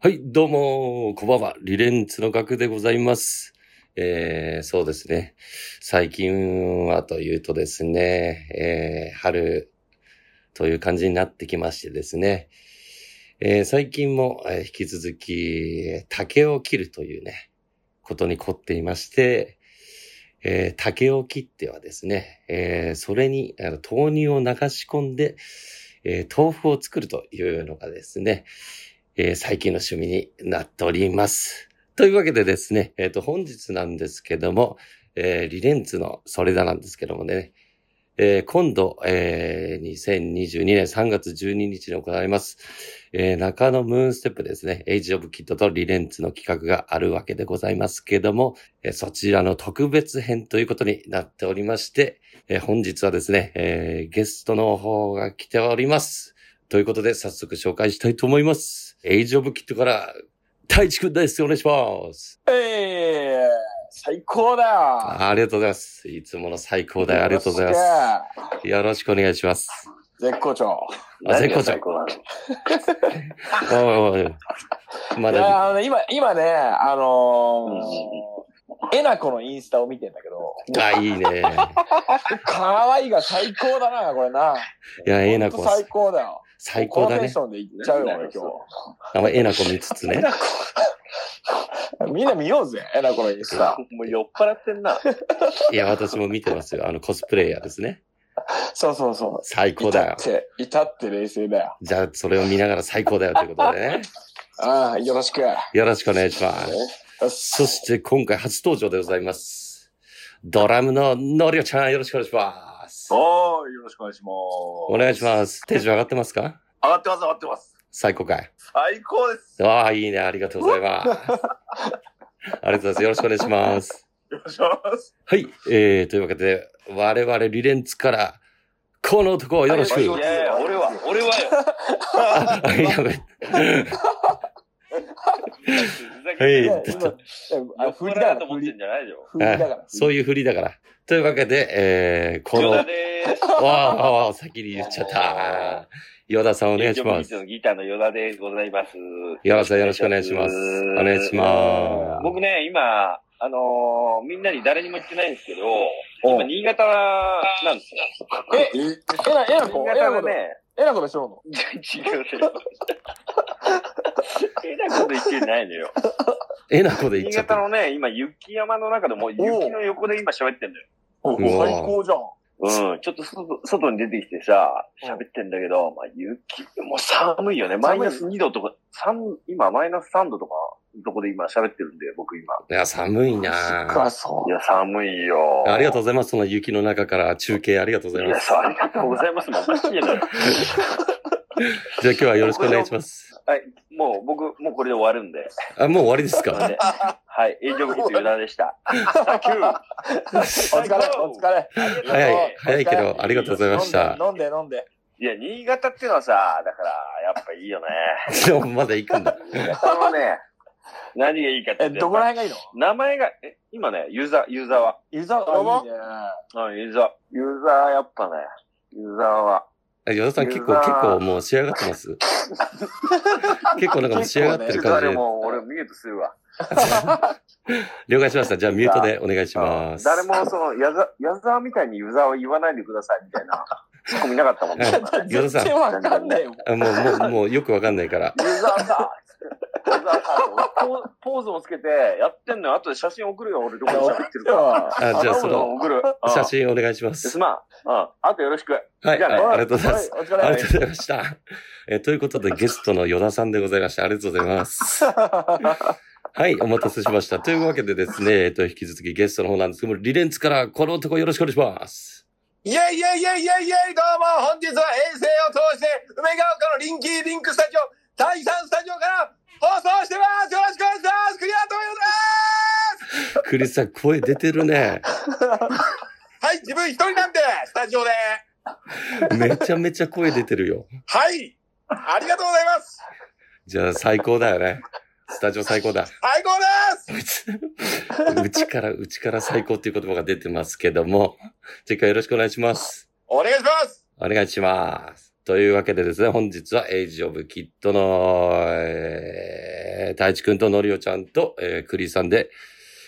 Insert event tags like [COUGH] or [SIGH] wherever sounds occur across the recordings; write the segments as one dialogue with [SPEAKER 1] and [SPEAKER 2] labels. [SPEAKER 1] はい、どうも、こんばんは、リレンツの額でございます。えー、そうですね。最近はというとですね、えー、春という感じになってきましてですね、えー、最近もえー引き続き竹を切るというね、ことに凝っていまして、えー竹を切ってはですね、えーそれにあの豆乳を流し込んで、えー豆腐を作るというのがですね、えー最近の趣味になっております。というわけでですね、えっ、と、本日なんですけども、えーリレンツのそれだなんですけどもね、えー今度、えー2022年3月12日に行われます、えー中野ムーンステップですね、エイジオブキッドとリレンツの企画があるわけでございますけども、えーそちらの特別編ということになっておりまして、えー本日はですね、えーゲストの方が来ております。ということで、早速紹介したいと思います。エイジオブキットから、太一くんです。お願いします。
[SPEAKER 2] ええ最高だよ
[SPEAKER 1] あありがとうございます。いつもの最高だよ。ありがとうございま
[SPEAKER 2] よろし
[SPEAKER 1] す。よろしくお願いします。
[SPEAKER 2] く絶好調。
[SPEAKER 1] あ、絶好調。おいおいおい。ま
[SPEAKER 2] いや
[SPEAKER 1] だ、
[SPEAKER 2] あのね、今、今ね、あの
[SPEAKER 3] うんうん
[SPEAKER 2] ー、えなこのインスタを見てんだけど、
[SPEAKER 1] あ、いいね。
[SPEAKER 2] 可愛いが最高だな、これな。
[SPEAKER 1] いや、えな
[SPEAKER 2] ほ
[SPEAKER 1] こ
[SPEAKER 2] んと、最高だよ。
[SPEAKER 1] 最高だ
[SPEAKER 2] このテン
[SPEAKER 1] ね
[SPEAKER 2] シ。ョンでいっちゃうよ、俺
[SPEAKER 1] あんまえなこ見つつね。
[SPEAKER 2] 今日。みんな見ようぜ、えなこのインスタ。
[SPEAKER 3] もう酔っ払ってんな。
[SPEAKER 1] いや、私も見てますよ。あの、コスプレイヤーですね。
[SPEAKER 2] そうそうそう。
[SPEAKER 1] 最高
[SPEAKER 2] いた
[SPEAKER 1] だ
[SPEAKER 2] っ
[SPEAKER 1] よ。
[SPEAKER 2] て、いたって冷静だよ。
[SPEAKER 1] じゃあ、それを見ながら最高だよということでね。
[SPEAKER 2] ああ、よろしく。よ
[SPEAKER 1] よろしくお願いします。
[SPEAKER 2] し
[SPEAKER 1] そして今回初登場でございます。ドラムののりおちゃん、よろしくお願いします。
[SPEAKER 3] おー、よろしくお願いします。
[SPEAKER 1] お願いします。テンション上がってますか
[SPEAKER 3] 上がってます、上がってます。
[SPEAKER 1] 最高回。
[SPEAKER 3] 最高です。
[SPEAKER 1] ああ、いいね。ありがとうございます。ありがとうございます。よろしくお願いします。
[SPEAKER 3] よろしくお願いします。
[SPEAKER 1] はい。えー、というわけで、我々リレンツから、この男をよろしく。
[SPEAKER 3] いやいや、俺は、俺はよ。
[SPEAKER 1] あ、あやべ。
[SPEAKER 3] ふざけ
[SPEAKER 1] はい
[SPEAKER 3] て
[SPEAKER 2] い
[SPEAKER 3] る
[SPEAKER 2] や
[SPEAKER 3] よ
[SPEAKER 1] ちょっ
[SPEAKER 2] 今
[SPEAKER 1] と
[SPEAKER 2] あ
[SPEAKER 3] 酔
[SPEAKER 2] の
[SPEAKER 3] っ
[SPEAKER 2] 振りだ
[SPEAKER 3] 払
[SPEAKER 2] か
[SPEAKER 3] うと
[SPEAKER 2] ら、振
[SPEAKER 3] 思って
[SPEAKER 2] り
[SPEAKER 3] んじゃないよ。
[SPEAKER 2] 振りだから。
[SPEAKER 1] そういう振りだから。というわけで、えー、こ
[SPEAKER 3] ヨ
[SPEAKER 1] の、
[SPEAKER 3] ダ
[SPEAKER 1] わ
[SPEAKER 3] でーす。
[SPEAKER 1] あわあ、先に言っちゃった。ヨダさんお願いしま
[SPEAKER 3] ビー
[SPEAKER 1] す
[SPEAKER 3] ト。のギターのヨダでございます。
[SPEAKER 1] ヨダさんよろしくお願いします。お願いします。
[SPEAKER 3] 僕ね、今、あのーみんなに誰にも言ってないんですけど、
[SPEAKER 2] お
[SPEAKER 3] 今、
[SPEAKER 2] う
[SPEAKER 3] 新潟なんですよ。
[SPEAKER 2] え、えな、えなこ、
[SPEAKER 3] 新
[SPEAKER 2] えな
[SPEAKER 3] 潟
[SPEAKER 2] こ
[SPEAKER 3] で
[SPEAKER 2] で、
[SPEAKER 3] ね、
[SPEAKER 2] えなこでしょうの
[SPEAKER 3] [LAUGHS] 違うよ。変なこと言ってないのよ。
[SPEAKER 1] えなこで言
[SPEAKER 3] 新
[SPEAKER 1] っちゃった
[SPEAKER 3] 潟。のね、今雪山の中でもう雪の横で今喋ってんだよ。
[SPEAKER 2] お
[SPEAKER 1] うわ
[SPEAKER 2] 最高じゃん。
[SPEAKER 3] うん、ちょっと外外に出てきてさ、喋ってんだけど、まあ雪、もう寒いよね。マイナス2度とか、三今マイナス3度とか、とこで今喋ってるんで、僕今。
[SPEAKER 1] いや、寒いな
[SPEAKER 2] か、そ
[SPEAKER 3] いや、寒いよ。
[SPEAKER 1] ありがとう
[SPEAKER 3] う
[SPEAKER 1] ございます。その雪の中から中継ありがとうござい
[SPEAKER 3] い
[SPEAKER 1] ま
[SPEAKER 3] や、
[SPEAKER 1] す。
[SPEAKER 3] そう、ありがとうございます。もうおかしいのよ。
[SPEAKER 1] じゃあ今日はよろしくお願いします。
[SPEAKER 3] はい、 [LAUGHS] もう僕、もうこれで終わるんで。
[SPEAKER 1] あ、もう終わりです
[SPEAKER 3] なの
[SPEAKER 1] か
[SPEAKER 3] ではい、営業部長油断でした。サンキュー
[SPEAKER 2] う。お疲れ、お疲れ。
[SPEAKER 1] 早、
[SPEAKER 2] はい
[SPEAKER 1] 早いけど、ありがとうございました。
[SPEAKER 2] 飲んで、飲んで。
[SPEAKER 3] いや、新潟っていうのはさ、だから、やっぱいいよね。
[SPEAKER 1] でもまだ行くんだ。
[SPEAKER 3] 新潟のね、 [LAUGHS] 何がいいかって
[SPEAKER 2] え、
[SPEAKER 3] いうと
[SPEAKER 2] どこら辺がいいの
[SPEAKER 3] 名前が、え、今ね、ユーザー、ユーザーは。
[SPEAKER 2] 湯沢
[SPEAKER 3] 沢
[SPEAKER 2] いいね。
[SPEAKER 3] うん、ユーザー。ユーザーやっぱね、ユーザーは。
[SPEAKER 1] えヨ田さん結
[SPEAKER 3] ユ
[SPEAKER 1] 構、
[SPEAKER 3] ーザ
[SPEAKER 1] 結
[SPEAKER 3] ー
[SPEAKER 1] 構もう仕上がってます。結構なんかもう仕上がって
[SPEAKER 3] ユ
[SPEAKER 1] る
[SPEAKER 3] ーザー
[SPEAKER 1] 感
[SPEAKER 3] で
[SPEAKER 1] じで。
[SPEAKER 3] も俺ミュートするわ。
[SPEAKER 1] 了解しました。じゃあミュートでお願いし
[SPEAKER 3] う
[SPEAKER 1] ま
[SPEAKER 3] ん
[SPEAKER 1] す。
[SPEAKER 3] 誰もその、ヤザ、ヤザーみたいにユーザーは言わないでくださいみたいな、ツッコミなかったも
[SPEAKER 1] [LAUGHS]
[SPEAKER 3] んね。
[SPEAKER 1] はい
[SPEAKER 3] 今
[SPEAKER 1] 湯
[SPEAKER 2] 全
[SPEAKER 1] 沢
[SPEAKER 2] 然わかんないよ。
[SPEAKER 1] あもう、もう、もうよくわかんないから。
[SPEAKER 3] ユーザーさ、ユーザーさ、ポーポーズもつけて、やってんのよ。後で写真送るよ。俺どこで喋ってるか。
[SPEAKER 1] あじゃあその、
[SPEAKER 3] 送る。うん
[SPEAKER 1] 写真お願いしますす。
[SPEAKER 3] まん。うん。あとよろしく。
[SPEAKER 1] はい、
[SPEAKER 3] じ
[SPEAKER 1] あ
[SPEAKER 3] ゃあね
[SPEAKER 1] ありがとうございます。
[SPEAKER 2] お疲
[SPEAKER 1] あり
[SPEAKER 2] れ
[SPEAKER 1] がとうございました。えということで、ゲストの依田さんでございました。ありがとうございます。はい、お待たせしました。というわけでですね、えっと、引き続きゲストの方なんですけども、リレンツからこの男よろしくお願いします。
[SPEAKER 4] イェイイェイイェイイェイイェイどうも本日は衛星を通して梅ヶ丘のリンキーリンクスタジオ第3スタジオから放送してますよろしくお願いしますクリアとよで
[SPEAKER 1] クリスさん、声出てるね。
[SPEAKER 4] すはい、自分一人なんで、スタジオで
[SPEAKER 1] めちゃめちゃ声出てるよ。
[SPEAKER 4] はいありがとうございます
[SPEAKER 1] じゃあ、最高だよね。スタジオ最高だ。
[SPEAKER 4] 最高です
[SPEAKER 1] うちから、うちから最高っていう言葉が出てますけども、次回よろしくお願いします。
[SPEAKER 4] お願いします
[SPEAKER 1] お願いします。というわけでですね、本日はエイジオブキッドの、えーえー、太一くんとのりおちゃんと、えー、クリさんで、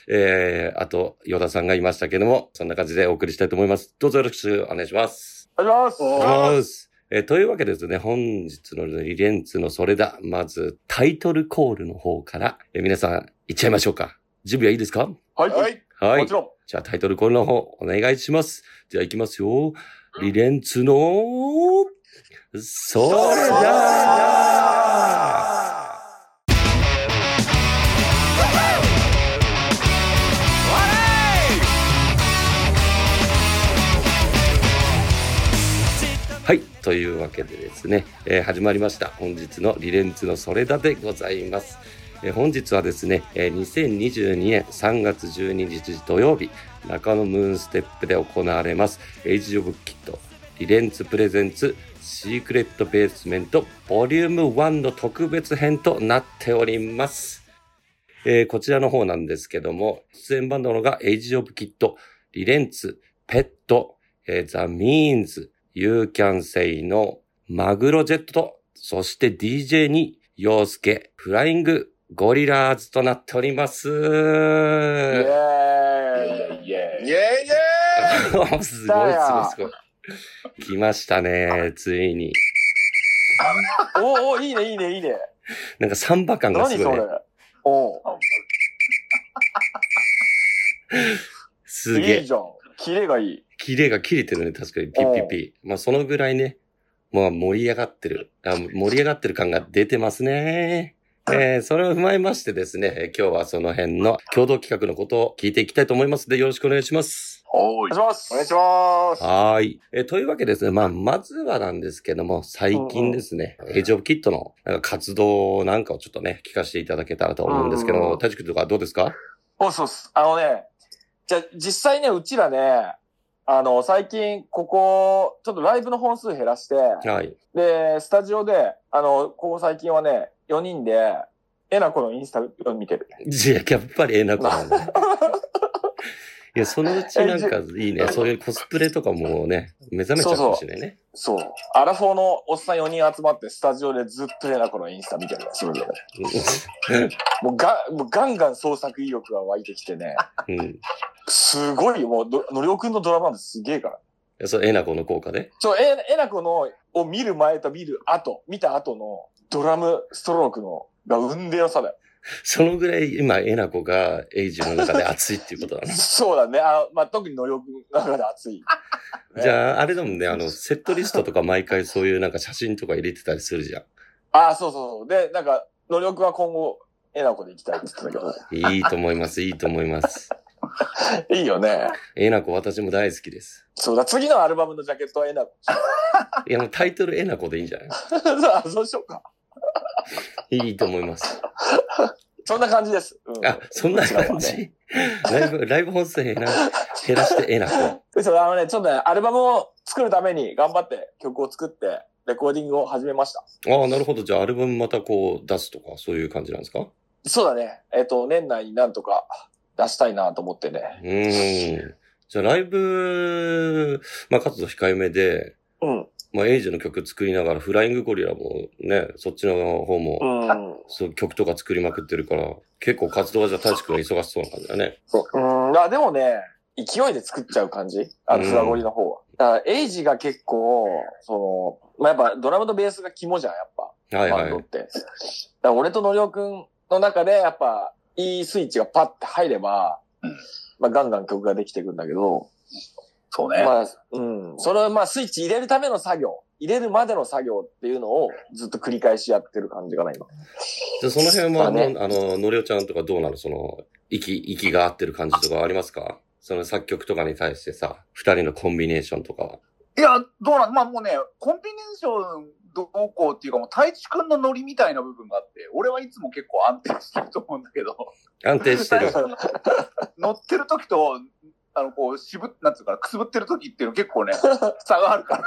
[SPEAKER 1] えー、あと、ヨダさんがいましたけども、そんな感じでお送りしたいと思います。どうぞよろしくお願いします。
[SPEAKER 2] お願いし
[SPEAKER 1] お
[SPEAKER 2] ます。
[SPEAKER 1] 願いしますえーというわけでですね、本日のリレンツのそれだ。まず、タイトルコールの方から、えー皆さん、行っちゃいましょうか。準備はいいですか
[SPEAKER 2] は。
[SPEAKER 4] はいい。
[SPEAKER 1] はい。
[SPEAKER 2] もちろん。
[SPEAKER 1] じゃあタイトルコールの方お願いします。じゃあ行きますよ。リレンツの、それだはい。というわけでですね、えー始まりました。本日のリレンツのそれだでございます。えー本日はですね、えー2022年3月12日土曜日、中野ムーンステップで行われます、エイジオブキット、リレンツプレゼンツ、シークレットベースメント、ボリューム1の特別編となっております。えーこちらの方なんですけども、出演バンドのが、エイジオブキット、リレンツ、ペット、えーザ・ミーンズ、ユーキャンセイのマグロジェットと、そして DJ に、洋介、フライング、ゴリラーズとなっております。
[SPEAKER 2] イェーイ。イェ
[SPEAKER 4] イェ
[SPEAKER 2] ーイ。
[SPEAKER 4] イイェ
[SPEAKER 1] [LAUGHS]
[SPEAKER 4] イ
[SPEAKER 1] すごい、すごい、すごい。来ましたね、ついに。
[SPEAKER 2] おおいいね、いいね、いいね。
[SPEAKER 1] なんかサンバ感が
[SPEAKER 2] 何
[SPEAKER 1] す
[SPEAKER 2] そ
[SPEAKER 1] ごい
[SPEAKER 2] れ
[SPEAKER 1] ね。。
[SPEAKER 2] おう
[SPEAKER 1] すげ
[SPEAKER 2] いい
[SPEAKER 1] え。
[SPEAKER 2] じゃん。キレがいい。
[SPEAKER 1] キレが切れてるね、確かに。ピッピッピ。まあ、そのぐらいね、まあ、盛り上がってる。あ盛り上がってる感が出てますね。えー、それを踏まえましてですね、えー今日はその辺の共同企画のことを聞いていきたいと思いますので、よろしくお願いします。
[SPEAKER 3] おー
[SPEAKER 2] お。願
[SPEAKER 3] い
[SPEAKER 2] いします。お願いします。
[SPEAKER 1] はーい。え、というわけでですね。まあ、まずはなんですけども、最近ですね、エイジオブキットのなんか活動なんかをちょっとね、聞かせていただけたらと思うんですけ
[SPEAKER 2] うんうんう
[SPEAKER 1] ど、
[SPEAKER 2] ん
[SPEAKER 1] タジ君とかどうですか
[SPEAKER 2] そうそうっす。あのね、じゃあ実際ね、うちらね、あの、最近、ここ、ちょっとライブの本数減らして、
[SPEAKER 1] はい。
[SPEAKER 2] で、スタジオで、あの、ここ最近はね、4人で、えなこのインスタを見てる。
[SPEAKER 1] じゃあやっぱりえなこなん
[SPEAKER 2] [LAUGHS]
[SPEAKER 1] だ。いや、そのうちなんかいいね。そういうコスプレとかもね、目覚めちゃうかもしれないね。
[SPEAKER 2] そう。アラフォーのおっさん4人集まって、スタジオでずっとえなこのインスタ見てる。それぞれ。もうが、もうガンガン創作意欲が湧いてきてね、
[SPEAKER 1] うんうん。い
[SPEAKER 2] すごいよ。もうど、のりおくんのドラマンすげえから。
[SPEAKER 1] やそう、えなこの効果で。
[SPEAKER 2] ちょ、え、えなこの、を見る前と見る後、見た後の、ドラムストロークの、が運で良さだよ。
[SPEAKER 1] そのぐらい今、えなこがエイジの中で熱いっていうことだね。
[SPEAKER 2] そうだね。あまあ、特にのりおくんの中で熱い。 [LAUGHS] ね
[SPEAKER 1] じゃあ、あれだもんね、あの、セットリストとか毎回そういうなんか写真とか入れてたりするじゃん。
[SPEAKER 2] ああ、そうそうそう。で、なんか、のりおくんは今後、えなこで行きたいって言ってたけど。
[SPEAKER 1] いいと思います、いいと思います。
[SPEAKER 2] いいよね。
[SPEAKER 1] えなこ、私も大好きです。
[SPEAKER 2] そうだ、次のアルバムのジャケットはえなこ。
[SPEAKER 1] いや、もうタイトルえなこでいいんじゃな
[SPEAKER 2] あそうしようか。
[SPEAKER 1] いいいと思います。
[SPEAKER 2] そんな感じです。うん、
[SPEAKER 1] あ、そんな感
[SPEAKER 2] うちらはね
[SPEAKER 1] じライブ、ライブ本数減ら減らしてえなこ。
[SPEAKER 2] で、それあのね、ちょっとね、アルバムを作るために頑張って曲を作って、レコーディングを始めました。
[SPEAKER 1] ああ、なるほど。じゃあ、アルバムまたこう出すとか、そういう感じなんですか
[SPEAKER 2] そうだね。えっ、と、年内になんとか出したいなと思ってね。
[SPEAKER 1] うーん。じゃあ、ライブ、まあ、活動控えめで、
[SPEAKER 2] うん。
[SPEAKER 1] まあ、エイジの曲作りながら、フライングゴリラもね、そっちの方も、
[SPEAKER 2] うん。
[SPEAKER 1] そう、曲とか作りまくってるから、結構活動はじゃあ、大地君が忙しそうな感じだね。
[SPEAKER 2] うん。あ、でもね、勢いで作っちゃう感じあの、
[SPEAKER 1] うん
[SPEAKER 2] フラゴリの方は。だから、エイジが結構、その、まあ、やっぱドラムとベースが肝じゃん、やっぱ。
[SPEAKER 1] はい
[SPEAKER 2] バ
[SPEAKER 1] は
[SPEAKER 2] ン
[SPEAKER 1] い
[SPEAKER 2] ド。って。だから俺とのりおくんの中で、やっぱ、いいスイッチがパッて入れば、
[SPEAKER 3] うん
[SPEAKER 2] まあ、ガンガン曲ができていくんだけど、
[SPEAKER 3] そうね。
[SPEAKER 2] まあ、うん。それはまあ、スイッチ入れるための作業、入れるまでの作業っていうのをずっと繰り返しやってる感じかな、今。
[SPEAKER 1] じゃあその辺は、
[SPEAKER 2] まあね
[SPEAKER 1] のあの、のりおちゃんとかどうなのその、息、息が合ってる感じとかありますかその作曲とかに対してさ、二人のコンビネーションとかは。
[SPEAKER 3] いや、どうなん、まあもうね、コンビネーションどうこうっていうか、もう、太一くんのノリみたいな部分があって、俺はいつも結構安定してると思うんだけど、 [LAUGHS]
[SPEAKER 1] 安定してる。
[SPEAKER 3] 乗ってる時と、あの、こう、渋っ、なんつうかな、くすぶってる時っていうの結構ね、差があるか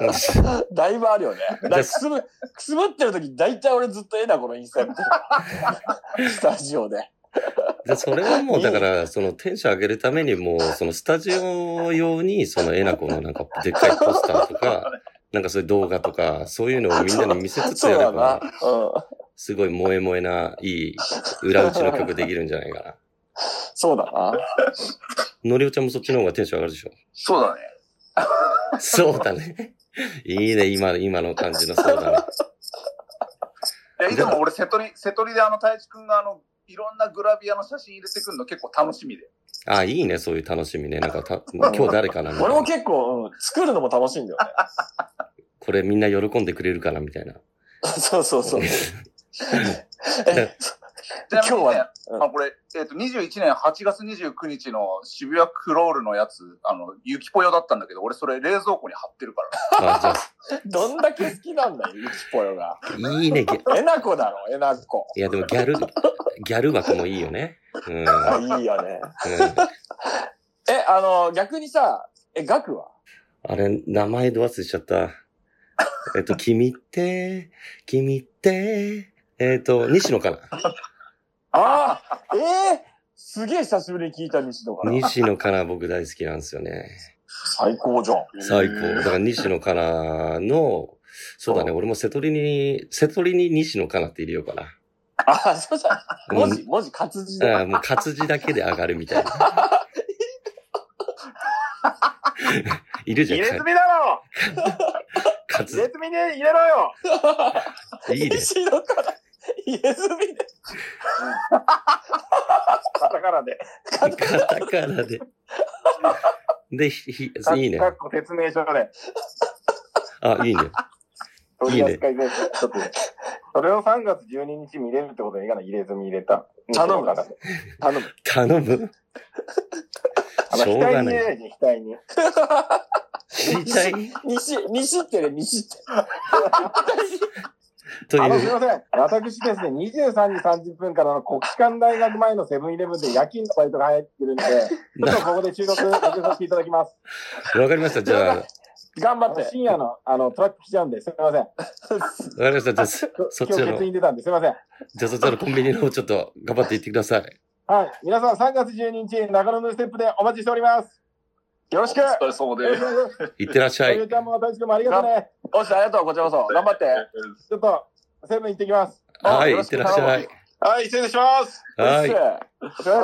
[SPEAKER 3] ら。
[SPEAKER 2] だいぶある
[SPEAKER 1] [LAUGHS]
[SPEAKER 2] よね。だからくすぶ、くすぶってる時、だいたい俺ずっとええな、このインスタ
[SPEAKER 1] [LAUGHS]
[SPEAKER 2] やってるスタジオで。
[SPEAKER 1] [LAUGHS] で、それはもうだから、そのテンション上げるためにもう、そのスタジオ用に、そのえなこのなんか、でっかいポス [LAUGHS] ターとか、なんかそういう動画とか、そういうのをみんなに見せつつ
[SPEAKER 2] そう
[SPEAKER 1] やれ
[SPEAKER 2] だな
[SPEAKER 1] ば、。すごい萌え萌えな、いい、裏打ちの曲できるんじゃないかな。
[SPEAKER 2] そうだな。
[SPEAKER 1] のりおちゃんもそっちの方がテンション上がるでしょ。
[SPEAKER 3] そうだね。
[SPEAKER 1] そうだね。いいね、今、今の感じのそうだね。
[SPEAKER 4] え、でも俺、瀬戸り、瀬戸りであの、太一くんがあの、いろんなグラビアの写真入れてくるの結構楽しみで。
[SPEAKER 1] あ、いいね、そういう楽しみね。なんかた、今日誰かなみたい
[SPEAKER 2] 俺も
[SPEAKER 1] な。
[SPEAKER 2] 結構、うん、作るのも楽しいんだよね。
[SPEAKER 1] これみんな喜んでくれるかなみたいな。
[SPEAKER 2] [LAUGHS] そうそうそう。
[SPEAKER 4] ちなみにね
[SPEAKER 2] 今日はねうん
[SPEAKER 4] あ、これ、えっ、と、21年8月29日の渋谷クロールのやつ、あの、ゆきぽよだったんだけど、俺それ冷蔵庫に貼ってるから。
[SPEAKER 1] あ、じゃ
[SPEAKER 2] どんだけ好きなんだよ、ゆきぽよが。
[SPEAKER 1] あ、いいね。ギャ
[SPEAKER 2] えなこだろ、えなこ。
[SPEAKER 1] いや、でもギャル、ギャル枠もいいよね。うん。うん、
[SPEAKER 2] あいいよね。え、あの、逆にさ、え、ガクは
[SPEAKER 1] あれ、名前ど忘れしちゃった。えっと、君って、君って、えっと、西野か
[SPEAKER 2] あ [LAUGHS] あ、ええすげえ久しぶりに聞いた西野か
[SPEAKER 1] な
[SPEAKER 2] ら。
[SPEAKER 1] 西野かな僕大好きなんですよね。
[SPEAKER 2] 最高じゃん。
[SPEAKER 1] 最高。だから西野かなの、そうだね、俺も瀬戸りに、瀬戸りに西野かなって入れようかな。
[SPEAKER 2] ああ、そうじゃん。
[SPEAKER 1] う
[SPEAKER 2] 文
[SPEAKER 1] ん
[SPEAKER 2] 字、文字活字
[SPEAKER 1] あ
[SPEAKER 2] だ。
[SPEAKER 1] あもう活字だけで上がるみた
[SPEAKER 3] [LAUGHS]
[SPEAKER 1] いな。いるじゃん
[SPEAKER 3] 入れ。墨だろ
[SPEAKER 1] [LAUGHS] 活
[SPEAKER 3] 入れ墨で入れろよ
[SPEAKER 1] 字。いいね。
[SPEAKER 2] 西野から、家住みで。
[SPEAKER 3] カタカナで。
[SPEAKER 1] カタカナで。で、ひ、ひ [LAUGHS] いいね
[SPEAKER 3] か。っこ説明書で。
[SPEAKER 1] あ、いいね。
[SPEAKER 3] 取
[SPEAKER 1] いい
[SPEAKER 3] り
[SPEAKER 1] ね
[SPEAKER 3] 扱いで。ちょっと。それを3月12日見れるってことでいいかな入れ墨入れた。
[SPEAKER 2] 頼む
[SPEAKER 3] から。
[SPEAKER 2] 頼む。
[SPEAKER 1] 頼む。
[SPEAKER 3] あの
[SPEAKER 1] しょう
[SPEAKER 3] 額
[SPEAKER 1] が
[SPEAKER 3] に入
[SPEAKER 1] ない。
[SPEAKER 3] れないで、額に。
[SPEAKER 1] 死体
[SPEAKER 2] 西、西ってね、西って。
[SPEAKER 1] と
[SPEAKER 3] あの、す
[SPEAKER 1] い。
[SPEAKER 3] いうません。私ですね、23時30分からの国士舘大学前のセブンイレブンで夜勤のバイトが入ってるんで、ちょっとここで収録させていただきます。
[SPEAKER 1] わかりました。じゃあ、わか
[SPEAKER 2] 頑張
[SPEAKER 3] あ
[SPEAKER 2] っ
[SPEAKER 3] の
[SPEAKER 2] て。
[SPEAKER 3] 深夜のあのトラック来ちゃうんで、すみません。
[SPEAKER 1] りました。じゃあ、そそっ
[SPEAKER 3] 今
[SPEAKER 1] ち
[SPEAKER 3] 日
[SPEAKER 1] ら
[SPEAKER 3] 欠
[SPEAKER 1] の、
[SPEAKER 3] 員出たんで、すみません。
[SPEAKER 1] じゃあそっちらのコンビニの方ちょっと頑張って行ってください。
[SPEAKER 3] はい。皆さん3月12日、中野のステップでお待ちしております。よろしくよ
[SPEAKER 4] お疲れ様
[SPEAKER 3] ろ
[SPEAKER 4] で
[SPEAKER 3] しく
[SPEAKER 4] す。
[SPEAKER 3] お願いします。
[SPEAKER 1] 行ってらっしゃ
[SPEAKER 3] おゆ
[SPEAKER 1] い。
[SPEAKER 3] うちゃんも大地君もありがとうね。
[SPEAKER 2] おし、ありがとう、こちらこそ。頑張って。
[SPEAKER 3] ちょっと、セブン行ってきます。
[SPEAKER 1] はい、行ってらっしゃい。
[SPEAKER 4] はい、失礼します。
[SPEAKER 1] はい。
[SPEAKER 3] はい。
[SPEAKER 1] おはよ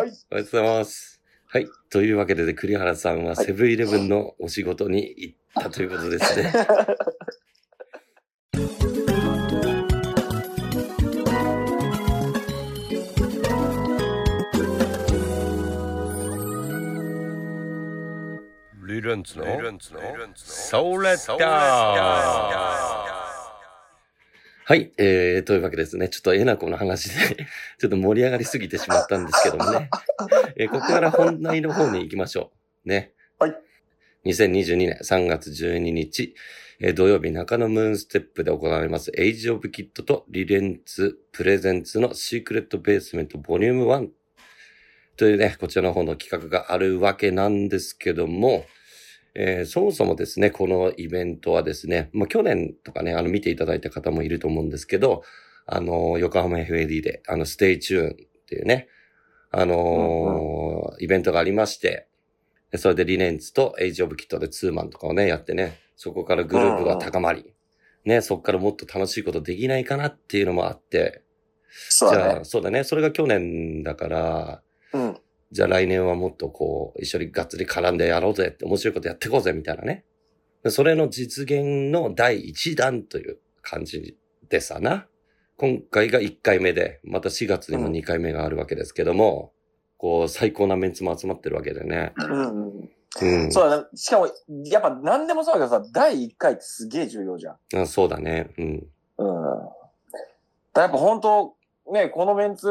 [SPEAKER 1] うございます。はい。というわけでね、栗原さんはセブンイレブンのお仕事に行ったということですね。リレンツのソーレッダーはい、えー、というわけですね。ちょっとえなこの話で、 [LAUGHS] ちょっと盛り上がりすぎてしまったんですけどもね。えーここから本題の方に行きましょう。ね。
[SPEAKER 2] はい。
[SPEAKER 1] 2022年3月12日、えー土曜日中野ムーンステップで行われます、エイジオブキッドとリレンツプレゼンツのシークレットベースメントボリューム1というね、こちらの方の企画があるわけなんですけども、えーそもそもですね、このイベントはですね、まあ、去年とかね、あの、見ていただいた方もいると思うんですけど、あの、横浜 FAD で、あの、ステイチューンっていうね、あのーイベントがありまして、でそれでリレンツとエイジオブキットでツーマンとかをね、やってね、そこからグループが高まり、ね、そこからもっと楽しいことできないかなっていうのもあって、
[SPEAKER 2] そう
[SPEAKER 1] じ
[SPEAKER 2] だ
[SPEAKER 1] ゃ
[SPEAKER 2] ね。
[SPEAKER 1] あ、そうだね、それが去年だから、
[SPEAKER 2] うん。
[SPEAKER 1] じゃあ来年はもっとこう、一緒にがっつり絡んでやろうぜって、面白いことやってこうぜみたいなね。でそれの実現の第一弾という感じでさな。今回が1回目で、また4月にも2回目があるわけですけども、こう、最高なメンツも集まってるわけでね。
[SPEAKER 2] うんうん。
[SPEAKER 1] うん。
[SPEAKER 2] そうだね。しかも、やっぱ何でもそうだけどさ、第1回ってすげえ重要じゃん。
[SPEAKER 1] あそうだね。うん。
[SPEAKER 2] うん。だからやっぱ本当、ね、このメンツ、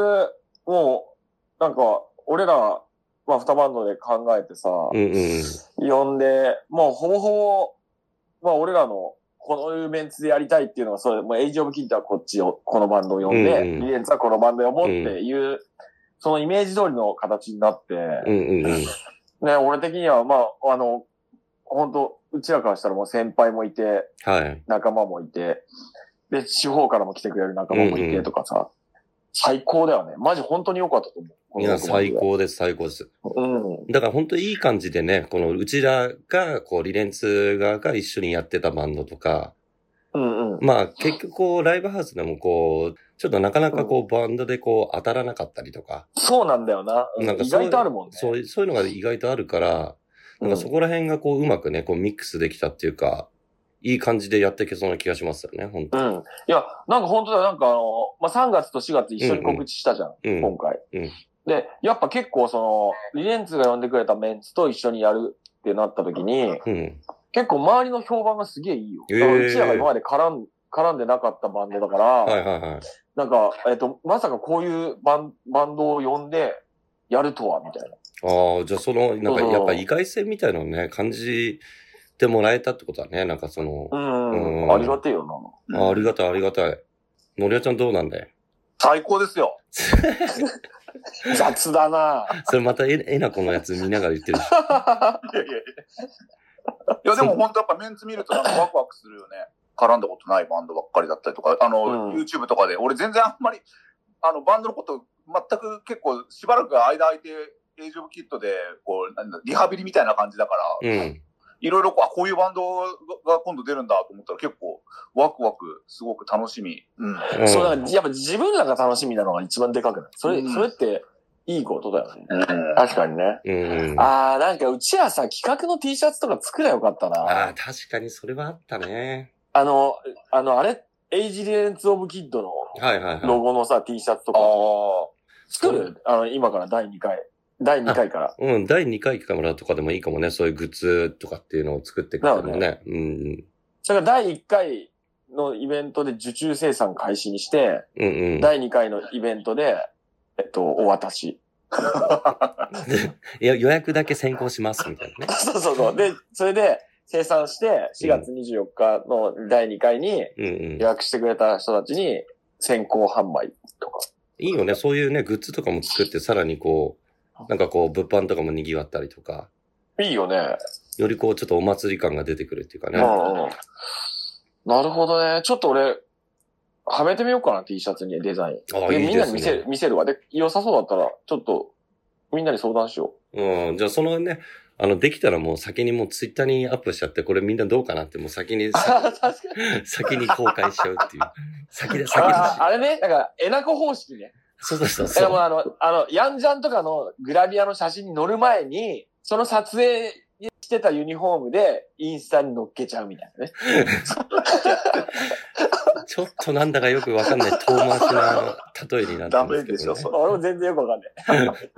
[SPEAKER 2] もう、なんか、俺ら、まあ、二バンドで考えてさ、
[SPEAKER 1] うんうん。
[SPEAKER 2] 呼んで、もうほぼほぼ、まあ、俺らの、このメンツでやりたいっていうのは、それ、もう、エイジオブキッドはこっちを、このバンドを呼んで、
[SPEAKER 1] うんうん
[SPEAKER 2] リレンツはこのバンドを呼ぼうっていう、そのイメージ通りの形になって、
[SPEAKER 1] うんうんうん。
[SPEAKER 2] ね、俺的には、まあ、あの、本当うちらからしたらもう先輩もいて、
[SPEAKER 1] はい。
[SPEAKER 2] 仲間もいて、で、地方からも来てくれる仲間もい
[SPEAKER 1] うんう
[SPEAKER 2] て
[SPEAKER 1] ん
[SPEAKER 2] とかさ、最高だよね。マジ本当に良かったと思う。こ
[SPEAKER 1] い
[SPEAKER 2] の
[SPEAKER 1] や、
[SPEAKER 2] 六番
[SPEAKER 1] 最高です、最高です。
[SPEAKER 2] うん。
[SPEAKER 1] だから本当いい感じでね、このうちらが、こう、リレンツ側が一緒にやってたバンドとか、
[SPEAKER 2] うんうん。
[SPEAKER 1] まあ結局こうライブハウスでもこう、ちょっとなかなかこうバンドでこう当たらなかったりとか、
[SPEAKER 2] そうなんだよな。うん
[SPEAKER 1] なんか
[SPEAKER 2] 意
[SPEAKER 1] そう
[SPEAKER 2] 外とあるもんね。
[SPEAKER 1] そういう、そういうのが意外とあるから、なんかそこら辺がこううまくね、こうミックスできたっていうか、いい感じでやっていけそうな気がしますよね、本当
[SPEAKER 2] うん。うん。いや、なんか本当だよ、なんかあの、まあ、3月と4月一緒に告知したじゃん、
[SPEAKER 1] うん。
[SPEAKER 2] 今回。
[SPEAKER 1] うん
[SPEAKER 2] で、やっぱ結構その、リレンツが呼んでくれたメンツと一緒にやるってなった時に、
[SPEAKER 1] うん。
[SPEAKER 2] 結構周りの評判がすげえいいよ。
[SPEAKER 1] へえ
[SPEAKER 2] だからうちらが今まで絡ん絡んでなかったバンドだから、
[SPEAKER 1] はいはいはい。
[SPEAKER 2] なんか、えっ、と、まさかこういうバンバンドを呼んでやるとは、みたいな。
[SPEAKER 1] ああ、じゃあその、なんか
[SPEAKER 2] うん
[SPEAKER 1] やっぱ意外性みたいなのをね、感じてもらえたってことはね、なんかその、
[SPEAKER 2] うん、
[SPEAKER 1] うん
[SPEAKER 2] ありがてえよな。
[SPEAKER 1] あありがたいありがたい。のりあちゃんどうなんだよ。
[SPEAKER 4] 最高ですよ。
[SPEAKER 2] 雑だな
[SPEAKER 1] それまたえ、えなこのやつ見ながら言ってるし。
[SPEAKER 4] いやいやいや。いやでも本当やっぱメンツ見るとなんかワクワクするよね。絡んだことないバンドばっかりだったりとか、あの、
[SPEAKER 2] うん
[SPEAKER 4] YouTube とかで、俺全然あんまり、あの、バンドのこと全く結構しばらく間空いて、エイジオブキットで、こう、なんだリハビリみたいな感じだから、
[SPEAKER 1] うん。
[SPEAKER 4] いろいろこう、あ、こういうバンドが今度出るんだと思ったら結構、ワクワク、すごく楽しみ。うん。
[SPEAKER 1] うん
[SPEAKER 2] そう、だからやっぱ自分らが楽しみなのが一番でかくないそれ、
[SPEAKER 4] うん
[SPEAKER 2] それって、いいことだよね。
[SPEAKER 4] うん
[SPEAKER 2] 確かにね。
[SPEAKER 1] うん。あ
[SPEAKER 2] あー、なんかうちらさ、企画の T シャツとか作りゃよかった
[SPEAKER 1] あ
[SPEAKER 2] な。
[SPEAKER 1] ー、確かにそれはあったね。
[SPEAKER 2] あの、あの、あれ、エイジリエンツ・オブ・キッドの
[SPEAKER 1] はいはいは
[SPEAKER 2] ロ
[SPEAKER 1] い。
[SPEAKER 2] ゴのさ、T シャツと
[SPEAKER 4] あ
[SPEAKER 2] か
[SPEAKER 4] あ。
[SPEAKER 2] 作るあの、今から第2回。第2回から。
[SPEAKER 1] うん、第2回カメラとかでもいいかもね、そういうグッズとかっていうのを作っていくのもね。うん。
[SPEAKER 2] それから第1回のイベントで受注生産開始にして、
[SPEAKER 1] うんうん。
[SPEAKER 2] 第2回のイベントで、えっと、お渡し。 [LAUGHS]
[SPEAKER 1] いや予約だけ先行します、みたいなね。
[SPEAKER 2] そうそうそう。で、それで生産して、4月24日の第2回に
[SPEAKER 1] うんうん
[SPEAKER 2] 予。約してくれた人たちに先行販売とか。
[SPEAKER 1] いいよね。そういうね、グッズとかも作って、さらにこう、なんかこう、物販とかも賑わったりとか、
[SPEAKER 2] いいよね。
[SPEAKER 1] よりこう、ちょっとお祭り感が出てくるっていうかね。
[SPEAKER 2] うんうん。なるほどね。ちょっと俺、はめてみようかな、T シャツにデザイン。
[SPEAKER 1] ああ、
[SPEAKER 2] で
[SPEAKER 1] いい
[SPEAKER 2] みんな
[SPEAKER 1] で
[SPEAKER 2] に
[SPEAKER 1] す
[SPEAKER 2] 見せ
[SPEAKER 1] ね
[SPEAKER 2] る、。見せるわ。で、良さそうだったら、ちょっと、みんなに相談しよ
[SPEAKER 1] [LAUGHS] うん。じゃあ、そのね、あの、できたらもう先にもうツイッターにアップしちゃって、これみんなどうかなって、もう先に、
[SPEAKER 2] う。
[SPEAKER 1] さ
[SPEAKER 2] 確かに。
[SPEAKER 1] 先に公開しちゃうっていう。先で、先で
[SPEAKER 2] ああれね、だから、えなこ方式ね。
[SPEAKER 1] そうそうそう
[SPEAKER 2] だか
[SPEAKER 1] そ
[SPEAKER 2] らもう
[SPEAKER 1] う。
[SPEAKER 2] あの、あの、ヤンジャンとかのグラビアの写真に載る前に、その撮影してたユニフォームで、インスタに載っけちゃうみたいなね。
[SPEAKER 1] ちょっとなんだかよくわかんない遠回しな例えになって
[SPEAKER 4] ダ
[SPEAKER 1] ま
[SPEAKER 4] メ
[SPEAKER 1] すけ
[SPEAKER 4] で
[SPEAKER 1] ど、ね。
[SPEAKER 4] しょ、それ。
[SPEAKER 2] 俺も全然よくわかんない。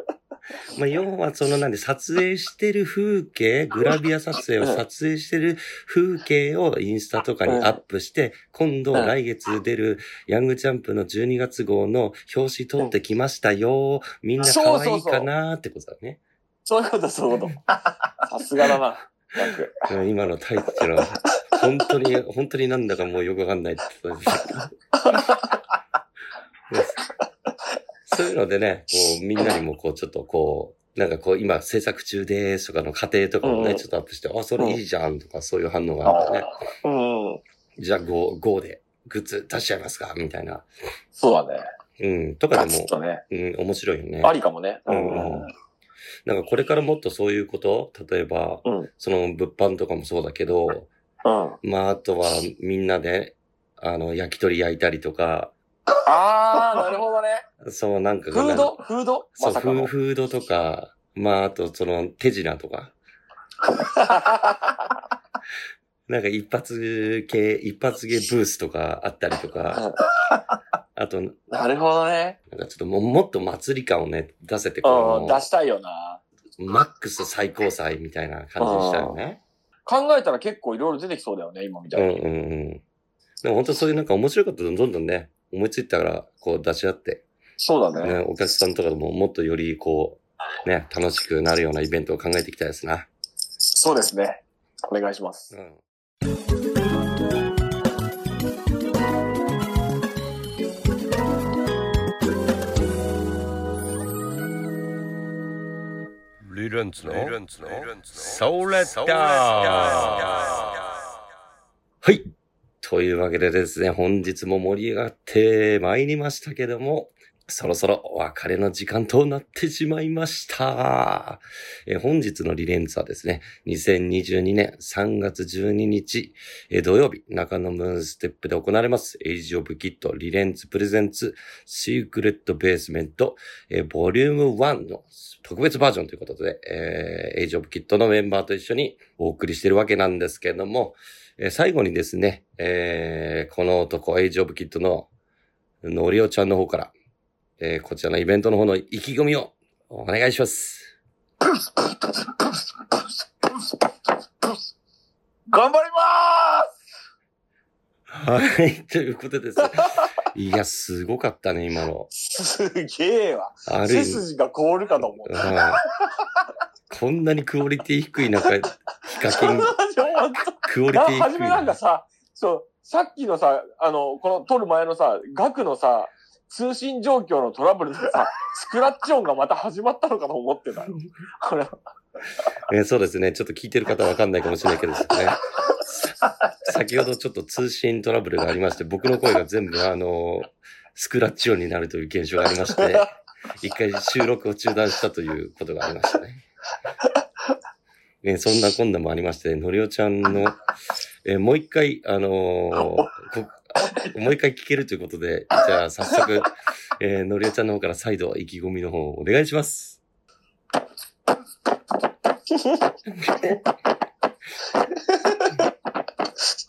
[SPEAKER 1] まあ、要はそのなんで撮影してる風景、グラビア撮影を撮影してる風景をインスタとかにアップして、今度
[SPEAKER 2] うん
[SPEAKER 1] 来月出るヤングジャンプの12月号の表紙撮ってきましたよ。みんな可愛いかなーってことだね。
[SPEAKER 2] そういうこと、そういうこと。
[SPEAKER 1] [LAUGHS]
[SPEAKER 2] さすがだな。なんか
[SPEAKER 1] うん今のタイプっていうのは、本当に、本当になんだかもうよくわかんないってことですそういうのでね、こうみんなにもこうちょっとこう、なんかこう今制作中ですとかの過程とかもね、
[SPEAKER 2] うん
[SPEAKER 1] ちょっとアップして、あ、それいいじゃんとかそういう反応があったね。
[SPEAKER 2] うん。
[SPEAKER 1] じゃあ GO、GO でグッズ出しちゃいますかみたいな。
[SPEAKER 2] そうだね。
[SPEAKER 1] うん、とか
[SPEAKER 2] ガ
[SPEAKER 1] で
[SPEAKER 2] ツッ
[SPEAKER 1] も、
[SPEAKER 2] とね。
[SPEAKER 1] うん、面白いよね。
[SPEAKER 2] ありかもね。
[SPEAKER 1] うんうんなんかこれからもっとそういうこと、例えば、
[SPEAKER 2] うん
[SPEAKER 1] その物販とかもそうだけど、
[SPEAKER 2] うん。
[SPEAKER 1] まあ、あとはみんなで、あの、焼き鳥焼いたりとか、
[SPEAKER 2] あー、なるほどね。
[SPEAKER 1] [LAUGHS] そう、なんか
[SPEAKER 2] フ
[SPEAKER 1] がな
[SPEAKER 2] ードフード
[SPEAKER 1] そ
[SPEAKER 2] ま
[SPEAKER 1] う、
[SPEAKER 2] さ
[SPEAKER 1] フ
[SPEAKER 2] か
[SPEAKER 1] ー
[SPEAKER 2] の。
[SPEAKER 1] フードとか、まあ、あと、その、手品と
[SPEAKER 2] [LAUGHS]
[SPEAKER 1] か。なんか一発系、一発芸ブースとかあったりと
[SPEAKER 2] [LAUGHS]
[SPEAKER 1] か、あと、なん
[SPEAKER 2] なるほどね。
[SPEAKER 1] かちょっともうもっと祭り感をね、出せて、
[SPEAKER 2] うん、
[SPEAKER 1] こ
[SPEAKER 2] 出したいよな。
[SPEAKER 1] う、マックス最高裁みたいな感じにしたよね。
[SPEAKER 2] 考えたら結構いろいろ出てきそうだよね、今みた
[SPEAKER 1] うん
[SPEAKER 2] い
[SPEAKER 1] うんう
[SPEAKER 2] に。
[SPEAKER 1] ん。でも本当そういうなんか面白いことどんどんね、思いついたから、こう出し合って、
[SPEAKER 2] そうだね。
[SPEAKER 1] ね、お客さんとかでももっとよりこう、ね、楽しくなるようなイベントを考えていきたいですな。
[SPEAKER 2] そうですね。お願いします。
[SPEAKER 1] うん。
[SPEAKER 5] リレンツのソーレッダ
[SPEAKER 1] はい。というわけでですね、本日も盛り上がって参りましたけども、そろそろお別れの時間となってしまいました。えー本日のリレンツはですね、2022年3月12日、えー土曜日、中野ムーンステップで行われます、エイジオブキットリレンツプレゼンツ、シークレットベースメント、えーボリューム1の特別バージョンということで、えーエイジオブキットのメンバーと一緒にお送りしているわけなんですけれども、えー最後にですね、えーこの男、エイジオブキットののりおちゃんの方から、えーこちらのイベントの方の意気込みをお願いします。
[SPEAKER 2] 頑張ります
[SPEAKER 1] はい、 [LAUGHS] ということです。いや、すごかったね、今の。
[SPEAKER 2] すげえわ。
[SPEAKER 1] ある意
[SPEAKER 2] 背
[SPEAKER 1] 味。
[SPEAKER 2] 筋が凍るかと思った。
[SPEAKER 1] はいこんなにクオリティ低い中、ヒカキ
[SPEAKER 2] [LAUGHS]
[SPEAKER 1] ン、クオリティ低い。
[SPEAKER 2] 初めなんかさ、そう、さっきのさ、あの、この撮る前のさ、額のさ、通信状況のトラブルでさ、スクラッチ音がまた始まったのかと思ってた。
[SPEAKER 1] [LAUGHS]
[SPEAKER 2] これ、
[SPEAKER 1] えーそうですね。ちょっと聞いてる方はわかんないかもしれないけどですね。先ほどちょっと通信トラブルがありまして、僕の声が全部あの、スクラッチ音になるという現象がありまして、一回収録を中断したということがありましたね。えーそんなこんなもありまして、のりおちゃんの、えーもう一回、あのーこもう一回聞けるということで、じゃあ早速、えーのりおちゃんの方から再度意気込みの方をお願いします。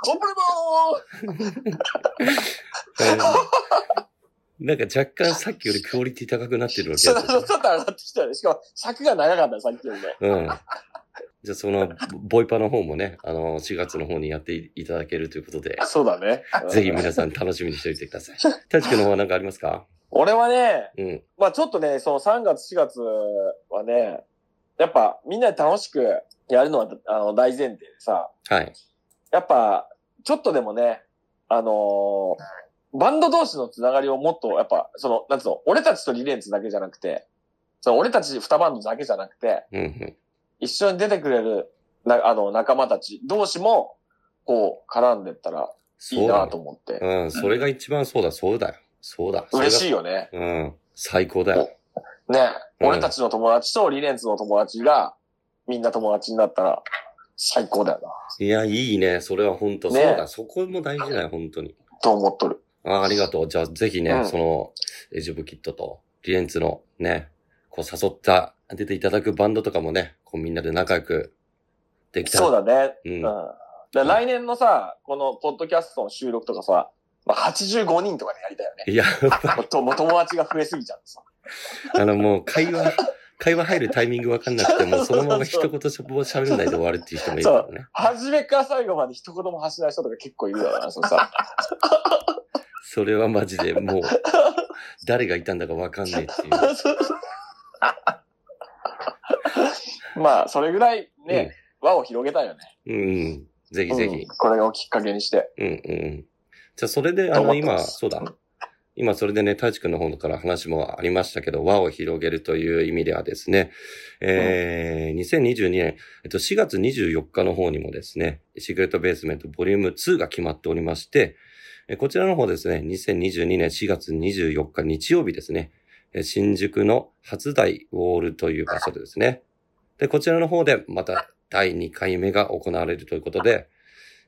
[SPEAKER 2] コンプレボー
[SPEAKER 1] うんなんか若干さっきよりクオリティ高くなってるわけ
[SPEAKER 2] ちょ
[SPEAKER 1] や
[SPEAKER 2] っとちょっと上がってきたよね。しかも尺が長かったよさっきよりね。
[SPEAKER 1] うん。じゃあその、ボイパの方もね、あの、4月の方にやっていただけるということで、
[SPEAKER 2] そうだね。
[SPEAKER 1] ぜひ
[SPEAKER 2] うん
[SPEAKER 1] 皆さん楽しみにしておいてください。太地君の方は何かありますか
[SPEAKER 2] 俺はね、
[SPEAKER 1] うん。
[SPEAKER 2] まあちょっとね、その3月4月はね、やっぱみんなで楽しくやるのはあの大前提でさ、
[SPEAKER 1] はい。
[SPEAKER 2] やっぱ、ちょっとでもね、あのーバンド同士のつながりをもっと、やっぱ、その、なんつうの、俺たちとリレンツだけじゃなくて、その俺たち二バンドだけじゃなくて、
[SPEAKER 1] うんうん。
[SPEAKER 2] 一緒に出てくれる、な、あの、仲間たち同士も、こう、絡んでったらい
[SPEAKER 1] そ
[SPEAKER 2] いう
[SPEAKER 1] だ
[SPEAKER 2] な
[SPEAKER 1] ね
[SPEAKER 2] と思って。
[SPEAKER 1] うん、それが一番そうだ、そうだよ。そうだ。
[SPEAKER 2] 嬉しい
[SPEAKER 1] い。
[SPEAKER 2] よね。
[SPEAKER 1] うん。最高だよ。
[SPEAKER 2] ね、
[SPEAKER 1] うん
[SPEAKER 2] 俺たちの友達とリレンツの友達が、みんな友達になったら、最高だよな、
[SPEAKER 1] いや、いいね。それは本当、
[SPEAKER 2] ね
[SPEAKER 1] そうだ。そこも大事だよ、本当に。
[SPEAKER 2] と思っとる。
[SPEAKER 1] あありがとう。じゃあ、ぜひね、
[SPEAKER 2] うん
[SPEAKER 1] その、エジオブキットと、リエンツのね、こう誘った、出ていただくバンドとかもね、こうみんなで仲良くできたら。
[SPEAKER 2] そうだね。
[SPEAKER 1] う。
[SPEAKER 2] うんん。
[SPEAKER 1] うん。
[SPEAKER 2] で来年のさ、このポッドキャストの収録とかさ、まあ、85人とかでやりた
[SPEAKER 1] [LAUGHS]
[SPEAKER 2] いよね。
[SPEAKER 1] いや、
[SPEAKER 2] もうともう友達が増えすぎちゃってさ。
[SPEAKER 1] あのもう会話、会話入るタイミングわかんなくて、もうそのまま一言喋んないで終わるっていう人もいるからね。
[SPEAKER 2] 初めから最後まで一言も発しない人とか結構いるよな、そ
[SPEAKER 1] [LAUGHS]
[SPEAKER 2] のさ。
[SPEAKER 1] それはマジでもう、誰がいたんだかわかんないっていう。
[SPEAKER 2] まあ、それぐらいね、輪を広げたいよね。
[SPEAKER 1] うんうん。ぜひぜひ。
[SPEAKER 2] うんこれをきっかけにして。
[SPEAKER 1] うんうん。じゃあ、それで、あ
[SPEAKER 2] と思
[SPEAKER 1] の、
[SPEAKER 2] ってま
[SPEAKER 1] 今、
[SPEAKER 2] す
[SPEAKER 1] そうだ。今、それでね、太一くんの方から話もありましたけど、輪を広げるという意味ではですね、えー、2022年、えっと、4月24日の方にもですね、シークレットベースメントボリューム2が決まっておりまして、えこちらの方ですね、2022年4月24日日曜日ですね、え新宿の初台ウォールという場所でですね、で、こちらの方でまた第2回目が行われるということで、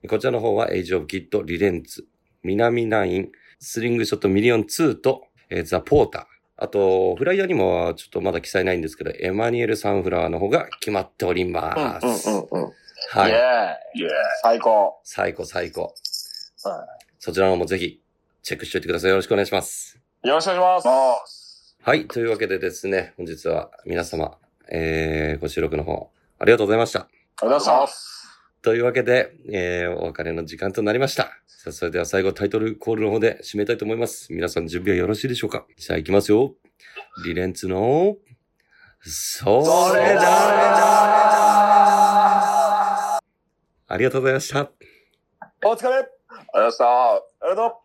[SPEAKER 1] こちらの方は、エイジオブキッド、リレンツ、南ナイン、スリングショットミリオン2と、えーザ・ポーター。あと、フライヤーにもちょっとまだ記載ないんですけど、エマニュエル・サンフラワーの方が決まっております。
[SPEAKER 2] うんうんうん。
[SPEAKER 1] は
[SPEAKER 2] イ
[SPEAKER 1] い。
[SPEAKER 2] ェーイ。最高。
[SPEAKER 1] 最高、最高。
[SPEAKER 2] は
[SPEAKER 1] そちらの方もぜひ、チェックしておいてください。よろしくお願いします。
[SPEAKER 2] よろしくお願いします。
[SPEAKER 1] はい。というわけでですね、本日は皆様、えー、ご収録の方、ありがとうございました。
[SPEAKER 2] ありがとうございます。
[SPEAKER 1] というわけで、えー、お別れの時間となりました。さあ、それでは最後タイトルコールの方で締めたいと思います。皆さん準備はよろしいでしょうかじゃあ行きますよ。リレンツの、それだありがとうございました。
[SPEAKER 2] お疲れ。ありがとうございました。ありがとう。